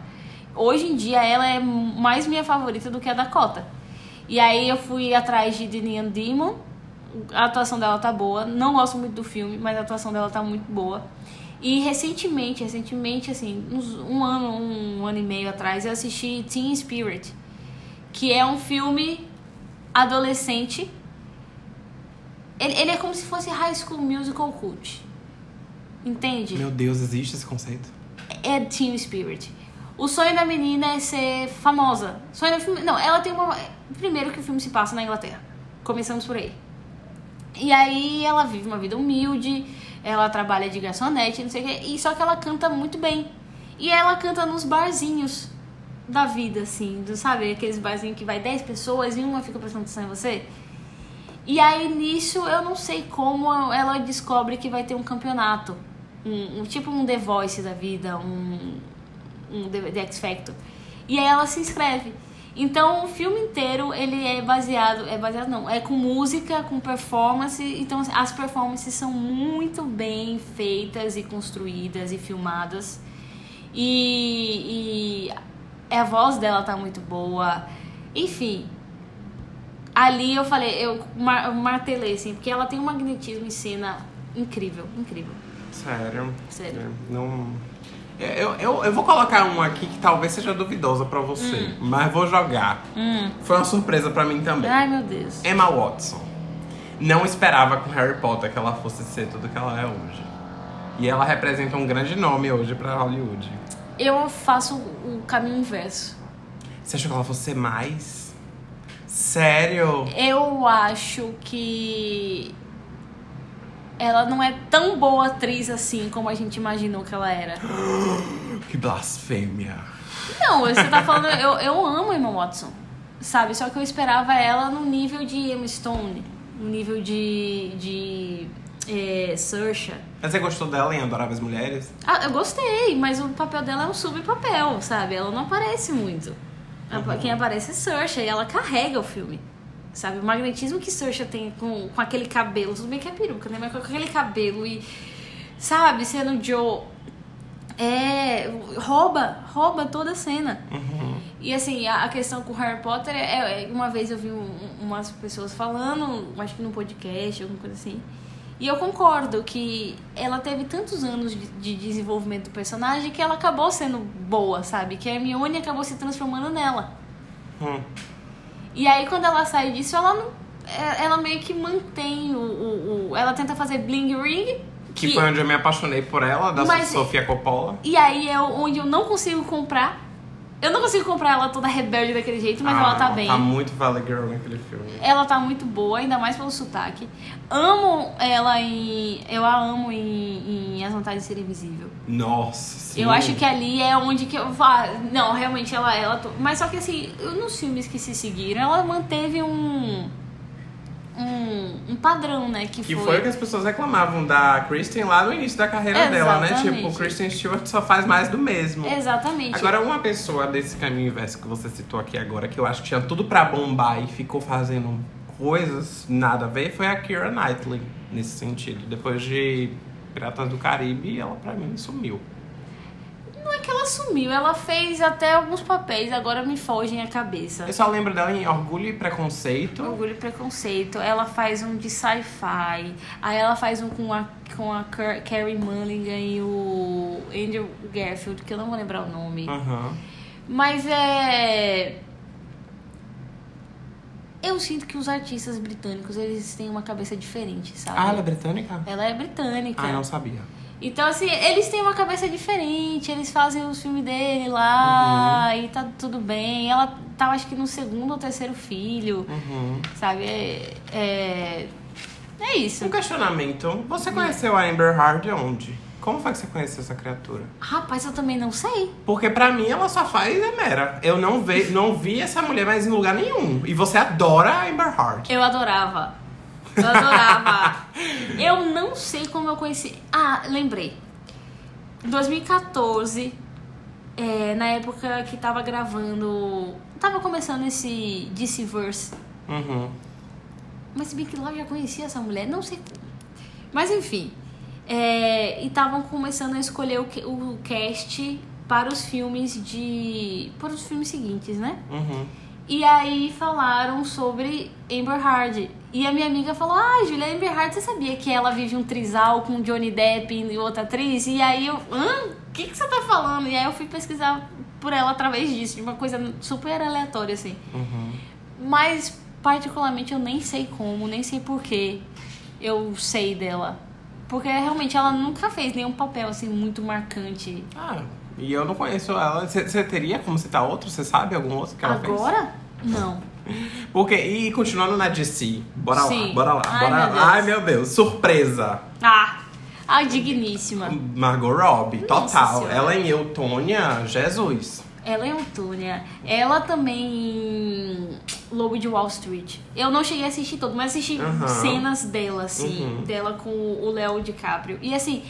B: Hoje em dia ela é mais minha favorita do que a Dakota. E aí eu fui atrás de The Neon Demon. A atuação dela tá boa. Não gosto muito do filme, mas a atuação dela tá muito boa. E recentemente, recentemente, assim, uns- um ano, um ano e meio atrás, eu assisti Teen Spirit, que é um filme adolescente. Ele, ele é como se fosse High School Musical Cult. Entende?
A: Meu Deus, existe esse conceito?
B: é Team Spirit. O sonho da menina é ser famosa. Sonho da filme... Não, ela tem uma. Primeiro que o filme se passa na Inglaterra. Começamos por aí. E aí ela vive uma vida humilde, ela trabalha de garçonete, não sei o quê. E só que ela canta muito bem. E ela canta nos barzinhos da vida, assim, do, sabe? Aqueles barzinhos que vai 10 pessoas e uma fica prestando atenção em você. E aí nisso eu não sei como ela descobre que vai ter um campeonato. Um, um- tipo um The Voice da vida, um, um The, The X Factor. E aí ela se inscreve. Então o filme inteiro ele é baseado, é baseado não, é com música, com performance. Então assim, as performances são muito bem feitas e construídas e filmadas. E, e a voz dela tá muito boa. Enfim, ali eu falei, eu, mar, eu martelei, assim, porque ela tem um magnetismo em cena incrível, incrível.
A: Sério.
B: Sério.
A: É, não. É, Eu, eu, eu vou colocar um aqui que talvez seja duvidosa pra você, mas vou jogar. Foi uma surpresa pra mim também.
B: Ai, meu Deus.
A: Emma Watson. Não esperava com Harry Potter que ela fosse ser tudo que ela é hoje. E ela representa um grande nome hoje pra Hollywood.
B: Eu faço o caminho inverso.
A: Você achou que ela fosse ser mais? Sério?
B: Eu acho que ela não é tão boa atriz assim como a gente imaginou que ela era.
A: Que blasfêmia.
B: Não, você tá falando, eu, eu amo Emma Watson, sabe? Só que eu esperava ela no nível de Emma Stone, no nível de, de eh, Saoirse.
A: Mas você gostou dela em Adoráveis Mulheres?
B: Ah, eu gostei, mas o papel dela é um subpapel, sabe? Ela não aparece muito. Apa- Quem aparece é Saoirse e ela carrega o filme. Sabe, o magnetismo que Saoirse tem com, com aquele cabelo, tudo bem que é peruca, né? Mas com aquele cabelo e, sabe, sendo Joe, é, rouba, rouba toda a cena. E assim, a, a questão com Harry Potter é, é- uma vez eu vi um- um- umas pessoas falando, acho que num podcast, alguma coisa assim. E eu concordo que ela teve tantos anos de, de desenvolvimento do personagem que ela acabou sendo boa, sabe? Que a Hermione acabou se transformando nela.
A: Hum.
B: E aí quando ela sai disso, ela não. é- Ela meio que mantém o. o, o- ela tenta fazer bling ring.
A: Que foi um- onde eu me apaixonei por ela, da
B: Mas- é-
A: Sofia Coppola.
B: E aí é onde eu não consigo comprar. Eu não consigo comprar ela toda rebelde daquele jeito, mas ela tá bem.
A: Tá muito Valley Girl naquele filme.
B: Ela tá muito boa, ainda mais pelo sotaque. Amo ela em. Eu a amo em, em As Vantagens de Ser Invisível.
A: Nossa, sim.
B: Eu acho que ali é onde que eu falo. Não, realmente ela. ela to- Mas só que assim, nos filmes que se seguiram, ela manteve um. Um, um padrão, né? Que,
A: Que foi o que as pessoas reclamavam da Kristen lá no início da carreira dela, né?
B: Exatamente.
A: Tipo, Kristen Stewart só faz mais do mesmo.
B: Exatamente.
A: Agora, uma pessoa desse caminho inverso que você citou aqui agora, que eu acho que tinha tudo pra bombar e ficou fazendo coisas nada a ver, foi a Keira Knightley, nesse sentido. Depois de Piratas do Caribe, ela pra mim sumiu.
B: Não é que ela sumiu, ela fez até alguns papéis, agora me fogem a cabeça.
A: Eu só lembro dela em Orgulho e Preconceito.
B: Orgulho e Preconceito, ela faz um de sci-fi, aí ela faz um com a, com a Car- Carrie Mulligan e o Andrew Garfield, que eu não vou lembrar o nome.
A: Aham.
B: Mas é. Eu sinto que os artistas britânicos eles têm uma cabeça diferente, sabe?
A: Ah, ela é britânica?
B: Ela é britânica.
A: Ah, não sabia.
B: Então, assim, eles têm uma cabeça diferente, eles fazem os filmes dele lá
A: Uhum.
B: e tá tudo bem. Ela tá, acho que, no segundo ou terceiro filho,
A: Uhum.
B: sabe? É, é, é isso.
A: Um questionamento. Você conheceu a Amber Hard onde? Como foi que você conheceu essa criatura?
B: Rapaz, eu também não sei.
A: Porque pra mim ela só faz é mera. Eu não, ve não vi essa mulher mais em lugar nenhum. E você adora a Amber Hard.
B: Eu adorava. Eu adorava. eu não sei como eu conheci. Ah, lembrei. 2014, é, na época que tava gravando. Tava começando esse DC-verse.
A: Uhum.
B: Mas se bem que lá eu já conhecia essa mulher, não sei. Mas enfim. é, e estavam começando a escolher o, que- o cast para os filmes de. para os filmes seguintes, né?
A: Uhum.
B: E aí falaram sobre Amber Hard. E a minha amiga falou: Ah, Julia Amber Hard, você sabia que ela vive um trisal com Johnny Depp e outra atriz? E aí eu, hã? O que, que você tá falando? E aí eu fui pesquisar por ela através disso, de uma coisa super aleatória, assim.
A: Uhum.
B: Mas, particularmente, eu nem sei como, nem sei porquê eu sei dela. Porque realmente ela nunca fez nenhum papel assim muito marcante.
A: Ah, e eu não conheço ela. Você teria como citar outro? Você sabe algum outro que ela fez?
B: Agora? Não.
A: Porque, e continuando na DC. Bora
B: Sim.
A: lá, bora lá,
B: Ai,
A: bora
B: meu
A: lá.
B: Deus.
A: Ai, meu Deus. Surpresa.
B: Ah! A digníssima.
A: Margot Robbie,
B: Nossa
A: total.
B: Senhora.
A: Ela em Eutônia, Jesus.
B: Ela é Antônia. Ela também em Lobo de Wall Street. Eu não cheguei a assistir todo, mas assisti
A: Aham.
B: cenas dela, assim.
A: Uhum.
B: Dela com o Léo DiCaprio. E assim,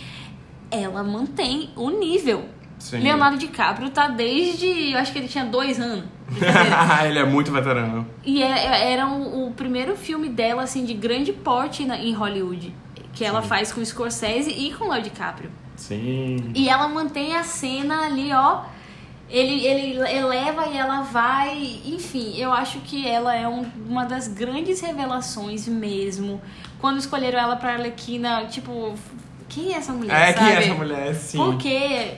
B: ela mantém o nível.
A: Sim.
B: Leonardo DiCaprio tá desde. Eu acho que ele tinha dois anos.
A: Ele é muito veterano.
B: E é- era o, o primeiro filme dela, assim, de grande porte na- em Hollywood. Que ela faz com Scorsese e com Léo DiCaprio.
A: Sim.
B: E ela mantém a cena ali, ó. Ele, ele eleva e ela vai. Enfim, eu acho que ela é um- uma das grandes revelações mesmo. Quando escolheram ela pra Arlequina, tipo, quem é essa mulher?
A: É que
B: sabe?
A: essa mulher, sim.
B: Por quê?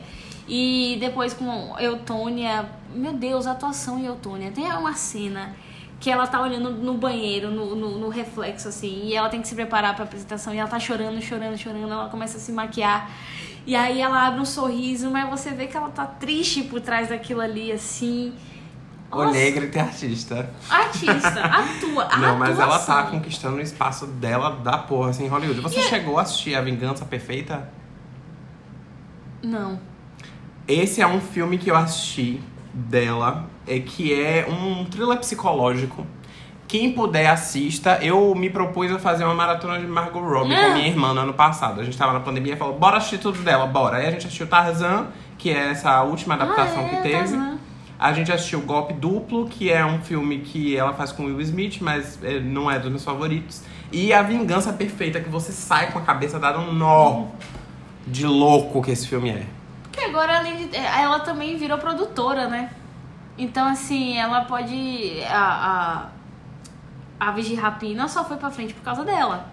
B: E depois com Eutônia, meu Deus, a atuação em Eutônia. Tem uma cena que ela tá olhando no banheiro, no, no, no reflexo, assim, e ela tem que se preparar pra apresentação, e ela tá chorando, chorando, chorando, ela começa a se maquiar. E aí ela abre um sorriso, mas você vê que ela tá triste por trás daquilo ali, assim.
A: O
B: Nossa, Ah,
A: negro tem artista.
B: Artista, atua,
A: Não, mas ela tá
B: atuação.
A: conquistando o espaço dela da porra, assim, em Hollywood. Você
B: é
A: chegou a assistir A Vingança Perfeita?
B: Não.
A: Esse é um filme que eu assisti dela, é que é um thriller psicológico. Quem puder, assista. Eu me propus a fazer uma maratona de Margot Robbie com
B: Ah.
A: minha irmã no ano passado. A gente tava na pandemia e falou, bora assistir tudo dela, bora. Aí a gente assistiu Tarzan, que é essa última adaptação
B: Ah, é,
A: que teve.
B: Tarzan.
A: A gente assistiu Golpe Duplo, que é um filme que ela faz com Will Smith, mas eh, não é dos meus favoritos. E A Vingança Perfeita, que você sai com a cabeça dada um
B: Uhum.
A: nó de louco que esse filme é.
B: Porque agora, além de. é, Ela também virou produtora, né? Então, assim, ela pode. A, a, a Aves de Rapina só foi pra frente por causa dela.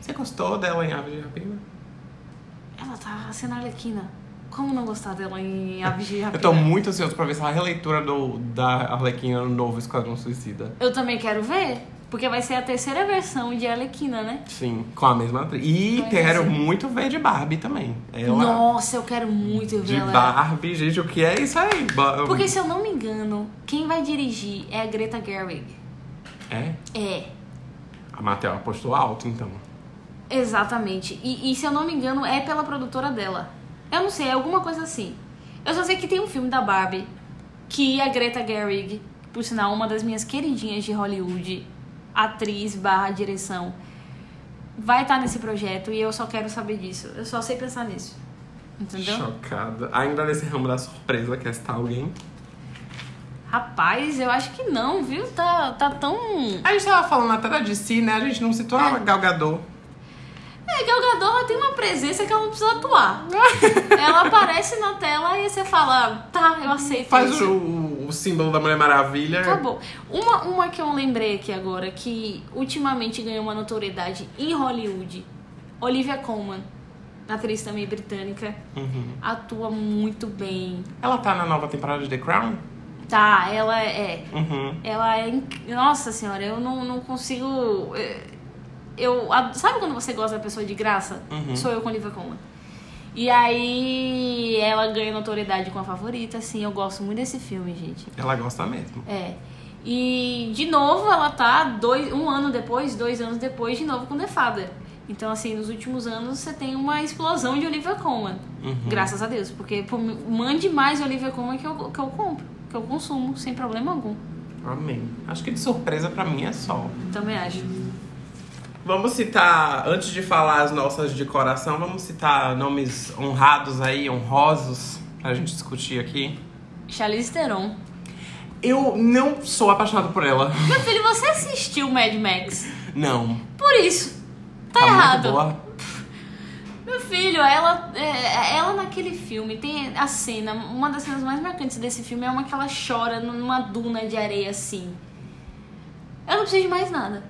A: Você gostou dela em Ave de Rapina?
B: Ela tá sendo arlequina. Como não gostar dela em Aves de Rapina?
A: Eu tô muito ansioso pra ver essa releitura do, da Arlequina no novo Esquadrão Suicida.
B: Eu também quero ver, porque vai ser a terceira versão de Arlequina, né?
A: Sim, com a mesma atriz. E
B: Vai
A: quero
B: ser.
A: muito ver de Barbie também. Ela,
B: Nossa, eu quero muito ver
A: de
B: ela.
A: Barbie, gente, o que é isso aí? Ba-
B: Porque se eu não me engano, quem vai dirigir é a Greta Gerwig.
A: É?
B: É,
A: A Mattel apostou alto, então.
B: exatamente. E, e se eu não me engano, é pela produtora dela. Eu não sei, é alguma coisa assim. Eu só sei que tem um filme da Barbie que a Greta Gerwig, por sinal, uma das minhas queridinhas de Hollywood, atriz barra direção, vai estar nesse projeto e eu só quero saber disso. Eu só sei pensar nisso. Entendeu?
A: Chocada. Ainda nesse ramo da surpresa, quer citar alguém?
B: Rapaz, eu acho que não, viu? Tá, tá tão.
A: A gente tava falando até da DC, né? A gente não citou a Gal Gadot.
B: É que a Gadot ela tem uma presença que ela não precisa atuar. ela aparece na tela e você fala, tá, eu aceito.
A: Faz
B: isso.
A: o, o- o símbolo da Mulher Maravilha.
B: Acabou. Uma, uma que eu lembrei aqui agora, que ultimamente ganhou uma notoriedade em Hollywood, Olivia Colman, atriz também britânica,
A: Uhum.
B: atua muito bem.
A: Ela tá na nova temporada de The Crown?
B: Tá, ela é.
A: Uhum.
B: Ela é. inc- Nossa senhora, eu não, não consigo. é, Eu, a- sabe quando você gosta da pessoa de graça?
A: Uhum.
B: Sou eu com Olivia Colman. E aí ela ganha notoriedade com a favorita, assim, eu gosto muito desse filme, gente.
A: Ela gosta mesmo.
B: É. E de novo ela tá dois, um ano depois, dois anos depois, de novo com The Father. Então, assim, nos últimos anos você tem uma explosão de Olivia Colman.
A: Uhum.
B: Graças a Deus. Porque pô, mande mais Olivia Colman que eu, que eu compro, que eu consumo, sem problema algum.
A: Amém. Acho que de surpresa pra mim é só.
B: Também acho.
A: Vamos citar, antes de falar as nossas de coração, vamos citar nomes honrados aí, honrosos, pra gente discutir aqui.
B: Charlize Theron.
A: Eu não sou apaixonado por ela.
B: Meu filho, você assistiu Mad Max.
A: Não.
B: Por isso. Tá,
A: muito
B: errado.
A: boa.
B: Meu filho, ela, é, ela naquele filme tem a cena, uma das cenas mais marcantes desse filme é uma que ela chora numa duna de areia assim. Ela não precisa de mais nada.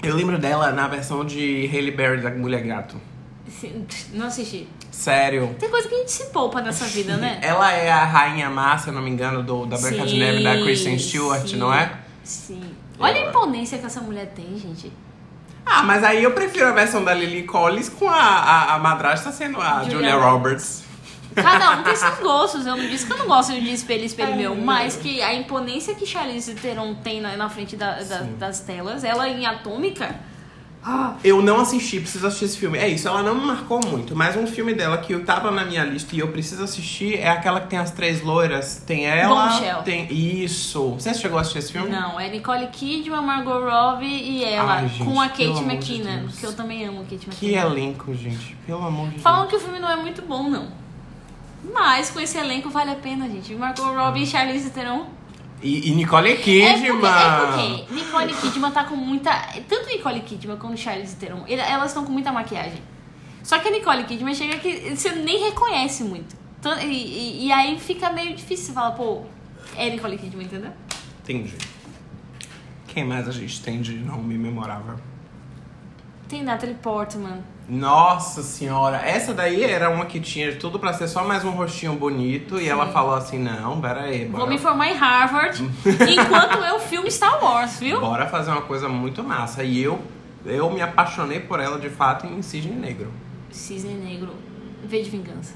A: Eu lembro dela na versão de Haley Berry da Mulher Gato.
B: Assim, Não assisti.
A: Sério.
B: Tem coisa que a gente se poupa nessa vida, né?
A: Ela é a rainha má, se eu não me engano, do, da Branca de Neve da
B: Sim,
A: Kristen Stewart,
B: sim,
A: não é?
B: Sim. Olha a imponência que essa mulher tem, gente.
A: Ah, mas aí eu prefiro a versão da Lily Collins com a, a, a madrasta sendo a
B: Julia
A: Julia Roberts.
B: Cada um tem seus gostos. Eu não disse que eu não gosto de espelho, espelho meu. Mas que a imponência que Charlize Theron tem na, na frente da- da- das telas, ela em Atômica... Ah,
A: Eu não assisti, preciso assistir esse filme. É isso, ela não me marcou muito, mas um filme dela que eu tava na minha lista e eu preciso assistir é aquela que tem as três loiras. Tem ela,
B: Bombshell.
A: tem. Isso. Você chegou a assistir esse filme?
B: Não, é Nicole Kidman, Margot Robbie e ela,
A: Então? Ai, gente,
B: com
A: pelo
B: a Kate
A: amor de
B: McKinnon,
A: Deus.
B: que eu também amo a Kate
A: Que é-
B: McKinnon.
A: elenco, gente. Pelo amor de
B: Falam que o filme não é muito bom, não. Mas com esse elenco vale a pena, gente. Margot Robbie e Charlize Theron.
A: Deus. E, e Nicole
B: É
A: Kidman.
B: porque, é porque Nicole Kidman tá com muita... Tanto Nicole Kidman quanto Charlize Theron, ele- elas estão com muita maquiagem. Só que a Nicole Kidman chega que você nem reconhece muito. Tan- E, e- e aí fica meio difícil você falar, pô, é Nicole Kidman, entendeu?
A: Entendi. Quem mais a gente tem de nome memorável?
B: Tem Natalie Portman.
A: Nossa senhora, essa daí era uma que tinha tudo pra ser só mais um rostinho bonito. E ela falou assim: não, pera aí, bora,
B: Vou me formar em Harvard enquanto eu filme Star Wars, viu?
A: bora fazer uma coisa muito massa. E eu, eu me apaixonei por ela de fato em Cisne Negro.
B: Cisne Negro, V de Vingança.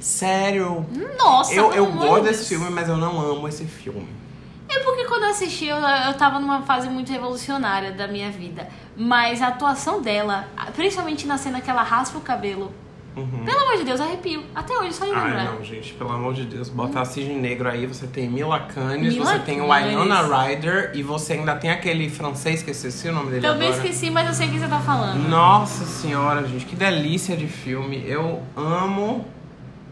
A: Sério,
B: Nossa,
A: eu,
B: pelo
A: eu
B: amor de
A: gosto
B: Deus.
A: desse filme, mas eu não amo esse filme.
B: É porque quando eu assisti, eu, eu tava numa fase muito revolucionária da minha vida. Mas a atuação dela, principalmente na cena que ela raspa o cabelo,
A: Uhum.
B: pelo amor de Deus, arrepio. Até hoje, só de
A: Ai,
B: lembrar.
A: Ah, não, gente, pelo amor de Deus. Botar Cisne Negro aí, você tem Mila Kunis,
B: Mila
A: você tem
B: Kunis.
A: Winona Ryder e você ainda tem aquele francês que eu esqueci o nome dele
B: Também
A: agora.
B: esqueci, mas eu sei o que você tá
A: Hum.
B: falando.
A: Nossa senhora, gente, que delícia de filme. Eu amo.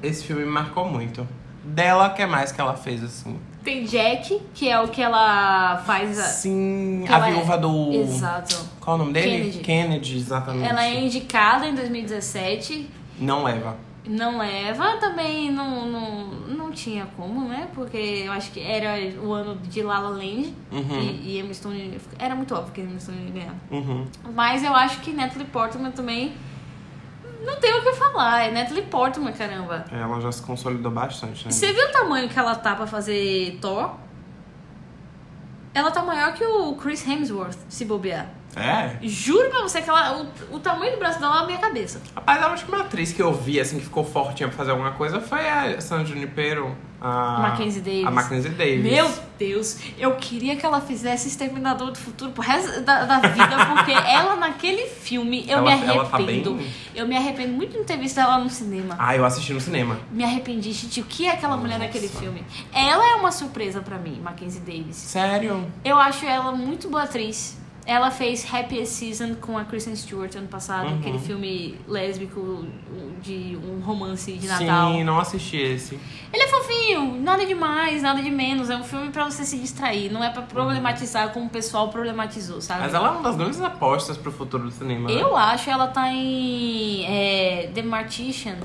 A: Esse filme me marcou muito. dela que é mais que ela fez, assim.
B: Tem Jack, que é o que ela faz. a-
A: Sim,
B: que
A: a
B: ela é-
A: viúva do.
B: Exato.
A: Qual é o nome dele?
B: Kennedy.
A: exatamente.
B: Ela é indicada em 2017,
A: Não leva.
B: não leva, também não, não, não tinha como, né? Porque eu acho que era o ano de La La Land
A: Uhum.
B: e, e Emma Stone... Era muito óbvio que Emma Stone ia ganhar.
A: Uhum.
B: Mas eu acho que Natalie Portman também não tem o que falar. É Natalie Portman, caramba.
A: Ela já se consolidou bastante, né?
B: E Você viu o tamanho que ela tá pra fazer Thor? Ela tá maior que o Chris Hemsworth, se bobear.
A: É?
B: Juro pra você que ela, o, o tamanho do braço dela é a minha cabeça.
A: Rapaz, a última atriz que eu vi, assim, que ficou fortinha pra fazer alguma coisa foi a San Junipero. A
B: Mackenzie Davis.
A: A Mackenzie Davis.
B: Meu Deus, eu queria que ela fizesse Exterminador do Futuro pro resto da, da vida, porque ela naquele filme, eu
A: Ela-
B: me
A: ela tá
B: arrependo.
A: bem-
B: Eu me arrependo muito de não ter visto ela no cinema.
A: Ah, eu assisti no cinema.
B: Me arrependi, gente. O que é aquela mulher
A: Nossa.
B: naquele filme? Ela é uma surpresa pra mim, Mackenzie Davis.
A: Sério?
B: Eu acho ela muito boa atriz. Ela fez Happy Season com a Kristen Stewart ano passado,
A: Uhum.
B: aquele filme lésbico de um romance de Natal.
A: Sim, não assisti esse.
B: Ele é fofinho, nada de mais, nada de menos. É um filme pra você se distrair, não é pra problematizar como o pessoal problematizou, sabe?
A: Mas ela é uma das grandes apostas pro futuro do cinema. né?
B: Tá Eu acho ela tá em é, The Martian,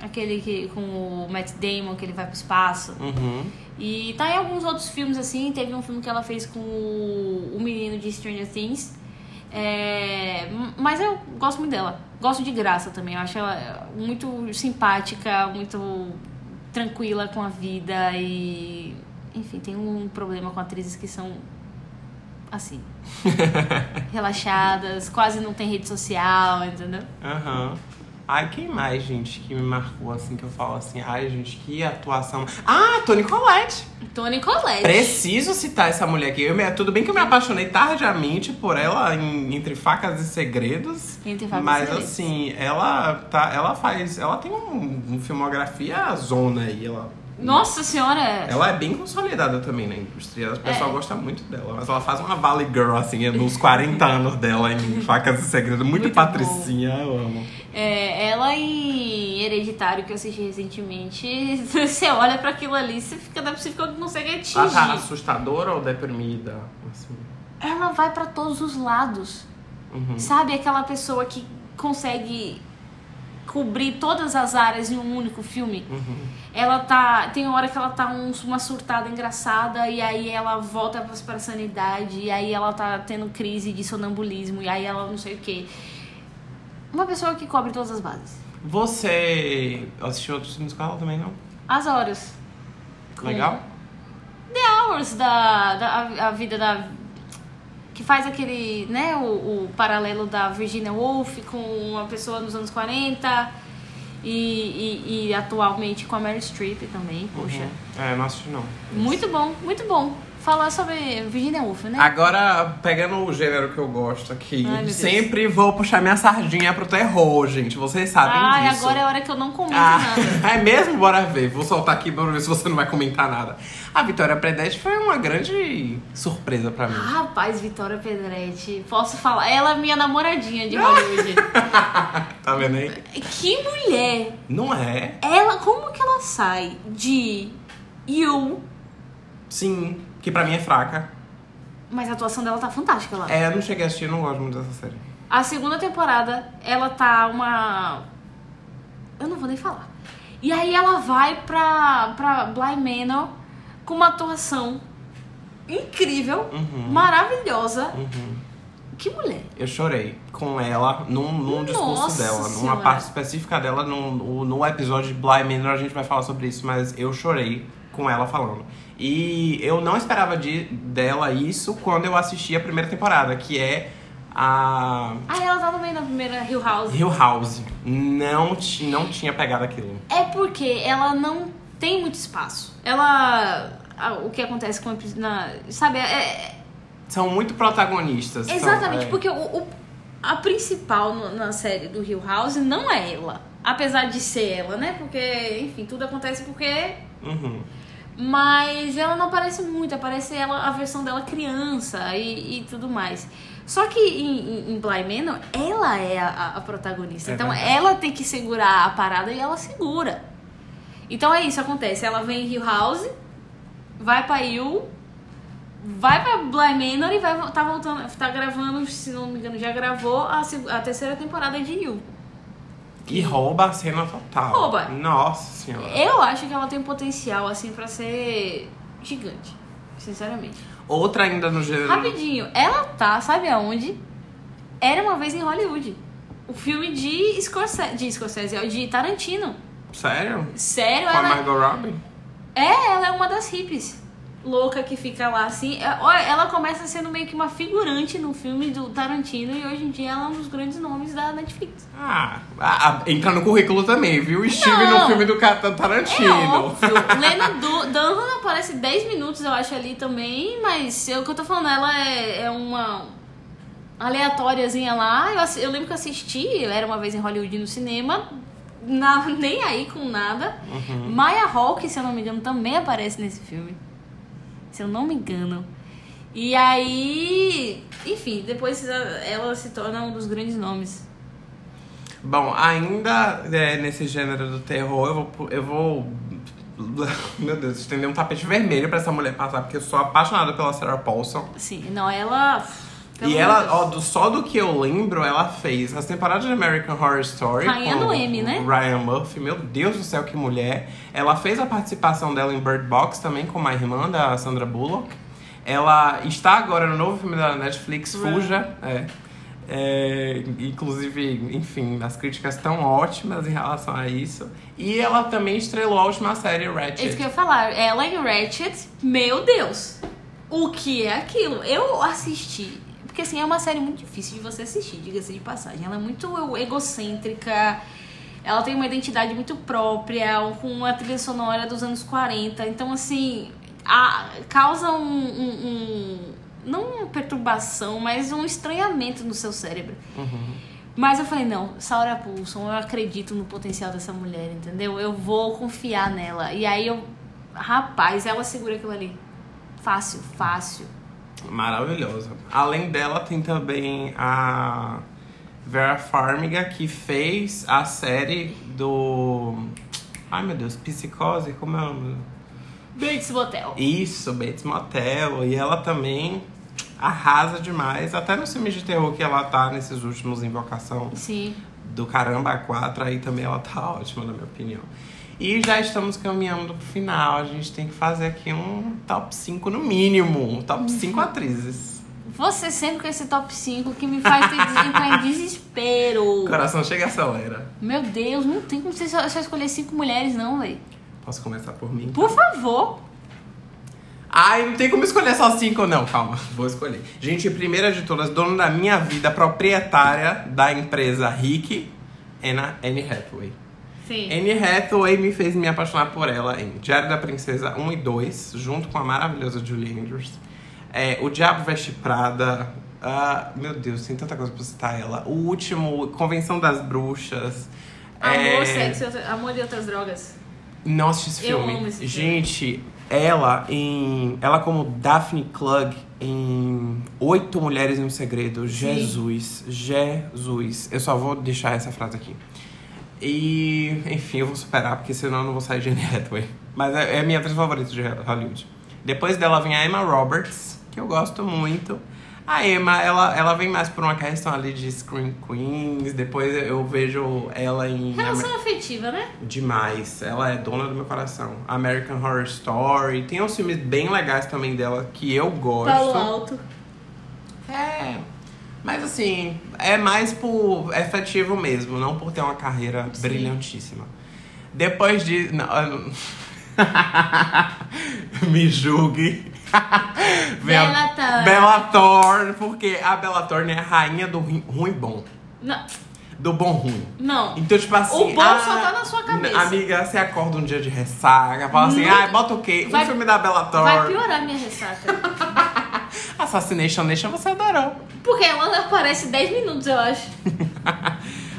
B: aquele que, com o Matt Damon que ele vai pro espaço.
A: Uhum.
B: E tá em alguns outros filmes, assim. Teve um filme que ela fez com o, o menino de Stranger Things. É, m- mas eu gosto muito dela. Gosto de graça também. Eu acho ela é, muito simpática, muito tranquila com a vida e. Enfim, tem um problema com atrizes que são assim. relaxadas, quase não tem rede social, entendeu?
A: Aham. Ai, quem mais, gente, que me marcou assim, que eu falo assim, ai, gente, que atuação. Ah, Toni Collette!
B: Tony Collette.
A: Preciso citar essa mulher aqui. Eu me- tudo bem que eu me apaixonei tardiamente por ela em Entre Facas e Segredos.
B: Entre Facas e
A: Mas
B: Segredos.
A: assim, ela tá. Ela faz. Ela tem um, um filmografia zona aí. Ela,
B: Nossa senhora!
A: ela é bem consolidada também na indústria. O
B: É.
A: pessoal gosta muito dela. Mas ela faz uma Valley Girl, assim, nos 40 anos dela em Facas e Segredos. Muito,
B: Muito bom.
A: patricinha, eu amo.
B: É, ela em Hereditário, que eu assisti recentemente, você olha pra aquilo ali, você fica, não é possível que eu consegue atingir.
A: Ela tá assustadora ou deprimida? Assim.
B: Ela vai pra todos os lados.
A: Uhum.
B: Sabe aquela pessoa que consegue cobrir todas as áreas em um único filme?
A: Uhum.
B: Ela tá. Tem hora que ela tá um- uma surtada engraçada, e aí ela volta pra, pra sanidade, e aí ela tá tendo crise de sonambulismo, e aí ela não sei o quê. Uma pessoa que cobre todas as bases.
A: Você assistiu outros filmes com ela também, não?
B: As horas. Com-
A: Legal?
B: Hours da, da a, a vida da que faz aquele, né, o, o paralelo da Virginia Woolf com uma pessoa nos anos 40 e, e, e atualmente com a Mary Streep também, poxa.
A: Uhum. É, não assisti não.
B: Muito bom, muito bom. Falar sobre Virginia Woolf, né?
A: Agora, pegando o gênero que eu gosto aqui,
B: Ai, meu Deus.
A: sempre vou puxar minha sardinha pro terror, gente. Vocês sabem
B: Ai,
A: disso.
B: agora é a hora que eu não comento
A: Ah,
B: nada.
A: é mesmo? Bora ver. Vou soltar aqui pra ver se você não vai comentar nada. A Vitória Predeste foi uma grande surpresa pra mim.
B: Rapaz, Vitória Pedretti, posso falar? Ela é minha namoradinha de Hollywood. Ah.
A: Tá vendo aí?
B: que mulher!
A: Não é?
B: Ela, como que ela sai de You
A: Sim. Que pra mim é fraca.
B: Mas a atuação dela tá fantástica lá.
A: É, eu não cheguei a assistir, não gosto muito dessa série.
B: A segunda temporada, ela tá uma. Eu não vou nem falar. E aí ela vai pra, pra Bly Manor com uma atuação incrível,
A: Uhum.
B: maravilhosa.
A: Uhum.
B: Que mulher.
A: Eu chorei com ela num, num discurso
B: Nossa
A: dela, numa
B: Senhora.
A: parte específica dela, num- no, no episódio de Bly Manor a gente vai falar sobre isso, mas eu chorei com ela falando. E eu não esperava de, dela isso quando eu assisti a primeira temporada, que é a
B: Aí ela tá no meio da primeira Hill House.
A: Hill House. Não, ti- não tinha pegado aquilo.
B: É porque ela não tem muito espaço. Ela. a- O que acontece com a. epi- Na, sabe? é- é-
A: São muito protagonistas. são-
B: Exatamente,
A: é.
B: porque o, o- a principal no- na série do Hill House não é ela. Apesar de ser ela, né? Porque, enfim, tudo acontece porque.
A: Uhum.
B: Mas ela não aparece muito, aparece ela, a versão dela criança e, e tudo mais. Só que em, em, em Bly Manor, ela é a, a protagonista.
A: É
B: então
A: verdade.
B: ela tem que segurar a parada e ela segura. Então é isso, acontece. Ela vem em Hill House, vai pra You, vai pra Bly Manor e vai, tá voltando, tá gravando, se não me engano, já gravou a, seg- a terceira temporada de You.
A: E rouba a cena total.
B: Rouba. É.
A: Nossa senhora.
B: Eu acho que ela tem potencial, assim, pra ser gigante. Sinceramente.
A: Outra ainda no gênero.
B: Rapidinho, ela tá, sabe aonde? Era uma vez em Hollywood. O filme de Scorsese, de Scorsese, ó, de Tarantino.
A: Sério?
B: Sério,
A: Com a
B: ela
A: Margot Robbie?
B: é, ela é uma das hippies. Louca que fica lá assim. É, ó, Ela começa sendo meio que uma figurante no filme do Tarantino e hoje em dia ela é um dos grandes nomes da Netflix.
A: Ah, ah, ah, entra no currículo também, viu? Estive
B: Não.
A: no filme do Ca-
B: É
A: Tarantino.
B: óbvio. Lena Du- Dunham aparece 10 minutos, eu acho, ali também, mas é o que eu tô falando, ela é, é uma aleatóriazinha lá. Eu, assi- eu lembro que eu assisti, eu era uma vez em Hollywood no cinema, na- nem aí com nada.
A: Uhum.
B: Maya Hawke, se eu não me engano, também aparece nesse filme. Se eu não me engano. E aí, enfim, depois ela se torna um dos grandes nomes.
A: Bom, ainda é, nesse gênero do terror, eu vou. pu- Eu vou meu Deus, estender um tapete vermelho pra essa mulher passar, porque eu sou apaixonada pela Sarah Paulson.
B: Sim, assim, não, ela. pelo
A: e
B: amor
A: ela,
B: de Deus.
A: ó, do, só do que eu lembro, ela fez as temporadas de American Horror Story.
B: Rainha
A: com
B: do M, né?
A: o Ryan Murphy, meu Deus do céu, que mulher. Ela fez a participação dela em Bird Box também com uma irmã da Sandra Bullock. Ela está agora no novo filme da Netflix,
B: Run.
A: Fuja. É. É, inclusive, enfim, as críticas estão ótimas em relação a isso. E ela também estrelou a última série,
B: É isso que
A: Ratchet.
B: eu ia falar. Ela em Ratchet, meu Deus. O que é aquilo? Eu assisti. Porque assim, é uma série muito difícil de você assistir, diga-se de passagem. Ela é muito eu- egocêntrica. Ela tem uma identidade muito própria, com uma trilha sonora dos anos 40. Então, assim, a- causa um, um- um- Não uma perturbação, mas um estranhamento no seu cérebro. Mas eu falei, não, Saura Paulson, eu acredito no potencial dessa mulher, entendeu? Eu vou confiar nela. E aí eu. Rapaz, ela segura aquilo ali. Fácil, fácil.
A: Maravilhosa. Além dela, tem também a Vera Farmiga, que fez a série do. Ai meu Deus, Psicose? Como é o nome?
B: Bates Motel.
A: Isso, Bates Motel. E ela também arrasa demais. Até nos filmes de terror que ela tá, nesses últimos Invocação
B: Sim.
A: do Caramba 4, aí também ela tá ótima, na minha opinião. E já estamos caminhando pro final. A gente tem que fazer aqui um top 5 no mínimo. Um top 5 atrizes.
B: Você sempre com esse top 5 que me faz ter des- entrar em desespero.
A: O coração chega e acelera.
B: Meu Deus, não tem como você só, só escolher cinco mulheres, não, velho.
A: Posso começar por mim?
B: Por favor.
A: Ai, não tem como escolher só cinco, não. Calma, vou escolher. Gente, primeira de todas, dona da minha vida, proprietária da empresa Rick, Anna- Anne Hathaway.
B: Sim.
A: Anne Hathaway me fez me apaixonar por ela em Diário da Princesa 1 e 2, junto com a maravilhosa Julie Andrews. É, o Diabo Veste Prada. ah, meu Deus, tem tanta coisa pra citar ela. O último, Convenção das Bruxas.
B: Amor,
A: é,
B: sexo, e outra- amor e outras drogas.
A: Não assisti esse
B: Eu
A: filme.
B: amo esse filme.
A: Gente, ela em. Ela como Daphne Klug em Oito Mulheres em um Segredo. Jesus. Jesus. Eu só vou deixar essa frase aqui. E, enfim, eu vou superar, porque senão eu não vou sair de Anne Hathaway. Mas é, é a minha atriz favorita de Hollywood. Depois dela vem a Emma Roberts, que eu gosto muito. A Emma, ela, ela vem mais por uma questão ali de Scream Queens. Depois eu vejo ela em. Amer-
B: Relação afetiva, né?
A: Demais. Ela é dona do meu coração. American Horror Story. Tem uns filmes bem legais também dela que eu gosto.
B: Paulo Alto.
A: É. Mas assim, é mais por efetivo mesmo, não por ter uma carreira brilhantíssima. Depois de. Não, eu não- Me julgue. Vem a-
B: Bella Thorne.
A: Bella Thorne, porque a Bella Thorne é a rainha do ri- ruim bom.
B: Não.
A: Do bom ruim.
B: Não.
A: Então, tipo assim.
B: O bom só tá na sua cabeça.
A: Amiga, você acorda um dia de ressaca, fala assim,
B: Nunca-
A: ai, bota o quê?
B: Vai-
A: um filme da Bella
B: Vai
A: Thorne.
B: piorar minha ressaca.
A: Assassination Nation você adorou.
B: Porque ela aparece 10 minutos, eu acho.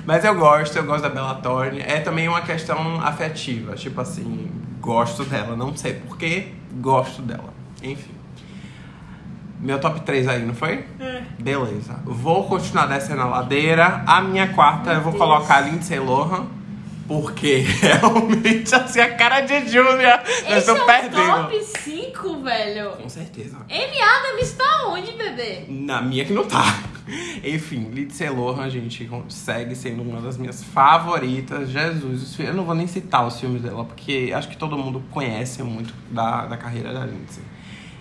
A: Mas eu gosto, eu gosto da Bella Thorne. É também uma questão afetiva, tipo assim, gosto dela, não sei porquê, gosto dela. Enfim. Meu top 3 aí, não foi?
B: É.
A: Beleza. Vou continuar descendo a ladeira. A minha quarta eu vou
B: Deus.
A: colocar a Lindsay Lohan. Porque realmente, assim, a cara de Júlia, nós
B: Esse é
A: estamos
B: o
A: perdendo.
B: top 5, velho.
A: Com certeza.
B: Amy Adams tá onde, bebê?
A: Na minha que não tá. Enfim, Lindsay Lohan, gente, segue sendo uma das minhas favoritas. Jesus, os fi- eu não vou nem citar os filmes dela, porque acho que todo mundo conhece muito da, da carreira da Lindsay.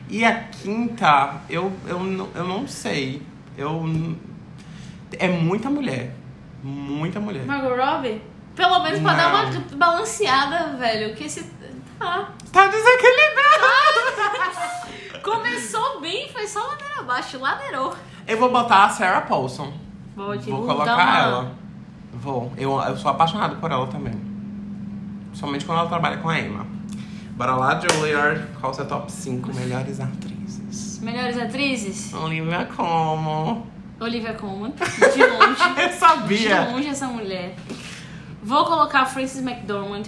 A: E a quinta, eu, eu, não- eu não sei. Eu. n- É muita mulher. Muita mulher.
B: Margot Robbie? Pelo menos pra dar
A: Não.
B: uma balanceada, velho. Que esse. Tá. Ah!
A: Tá desequilibrado!
B: Começou bem, foi só ladeira abaixo, ladeirou.
A: Eu vou botar a Sarah Paulson.
B: Vou, te-
A: Vou
B: dar
A: colocar
B: uma-
A: ela. Vou. Eu, eu sou apaixonado por ela também. Somente quando ela trabalha com a Emma. Bora lá, Juilliard. Qual o seu top 5 melhores atrizes?
B: Melhores atrizes?
A: Olivia Como.
B: Olivia Colman, de longe.
A: Eu
B: de
A: sabia.
B: longe essa mulher. Vou colocar a Frances McDormand,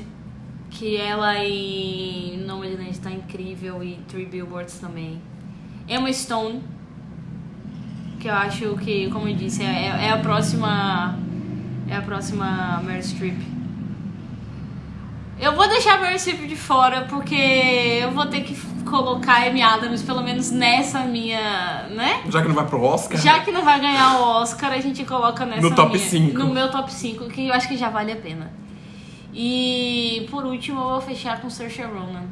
B: que ela em Nomadland tá incrível e Three Billboards também. Emma Stone, que eu acho que, como eu disse, é, é a próxima. É a próxima Meryl Streep. Eu vou deixar a Meryl Streep de fora porque eu vou ter que colocar a Amy Adams, pelo menos nessa minha. né?
A: Já que não vai pro Oscar.
B: Já que não vai ganhar o Oscar, a gente coloca nessa
A: No top
B: minha-
A: cinco.
B: No meu top 5, que eu acho que já vale a pena. E por último, eu vou fechar com Saoirse Ronan.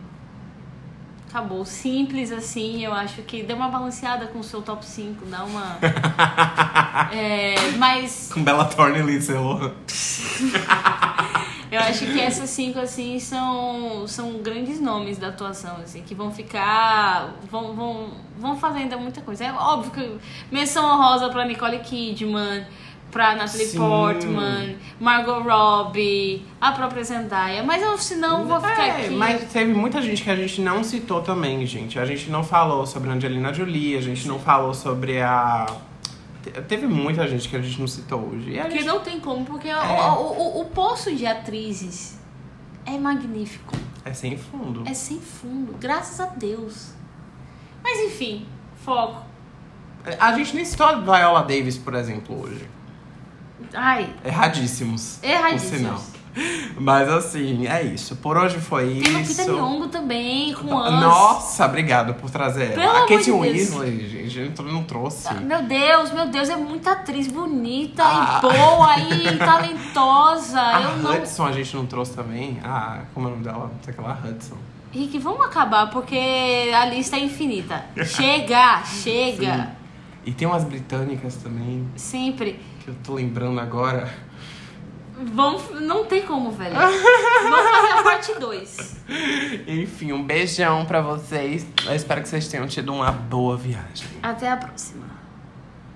B: Acabou. Simples assim, eu acho que deu uma balanceada com o seu top 5, dá uma... É, mas
A: Com Bella Thorne e Lindsay Lohan.
B: eu acho que essas cinco, assim, são, são grandes nomes da atuação, assim, que vão ficar... Vão, vão, vão fazer ainda muita coisa. É óbvio que menção honrosa pra Nicole Kidman, pra Natalie
A: Sim.
B: Portman, Margot Robbie, a própria Zendaya. Mas eu, se não, Então vou ficar
A: É,
B: aqui...
A: mas teve muita gente que a gente não citou também, gente. A gente não falou sobre a Angelina Jolie, a gente não falou sobre a. Te- Teve muita gente que a gente não citou hoje. E a
B: Porque
A: gente
B: não tem como, porque o-
A: É.
B: o, o, o poço de atrizes é magnífico.
A: é sem fundo.
B: É sem fundo, graças a Deus. Mas enfim, foco.
A: A gente nem citou a Viola Davis, por exemplo, hoje.
B: Ai,
A: Erradíssimos.
B: Erradíssimos.
A: Por sinal. Mas assim, é isso. Por hoje foi
B: tem
A: isso.
B: Lupita Nyong'o também, com Anz.
A: Nossa, obrigado por trazer ela.
B: Pelo
A: a
B: amor
A: Kate
B: de Deus.
A: Weasley, gente, eu não não trouxe.
B: Meu Deus, meu Deus, é muita atriz bonita
A: Ah.
B: e boa e talentosa.
A: A
B: Ah, Eu não.
A: Hudson a gente não trouxe também. Ah, como é o nome dela? Não sei aquela Hudson.
B: Rick, vamos acabar, porque a lista é infinita. Chega, chega.
A: E tem umas britânicas também,
B: Sempre.
A: que eu tô lembrando agora.
B: Vamos. Não tem como, velho. Vamos fazer a parte 2.
A: Enfim, um beijão pra vocês. Eu espero que vocês tenham tido uma boa viagem.
B: Até a próxima.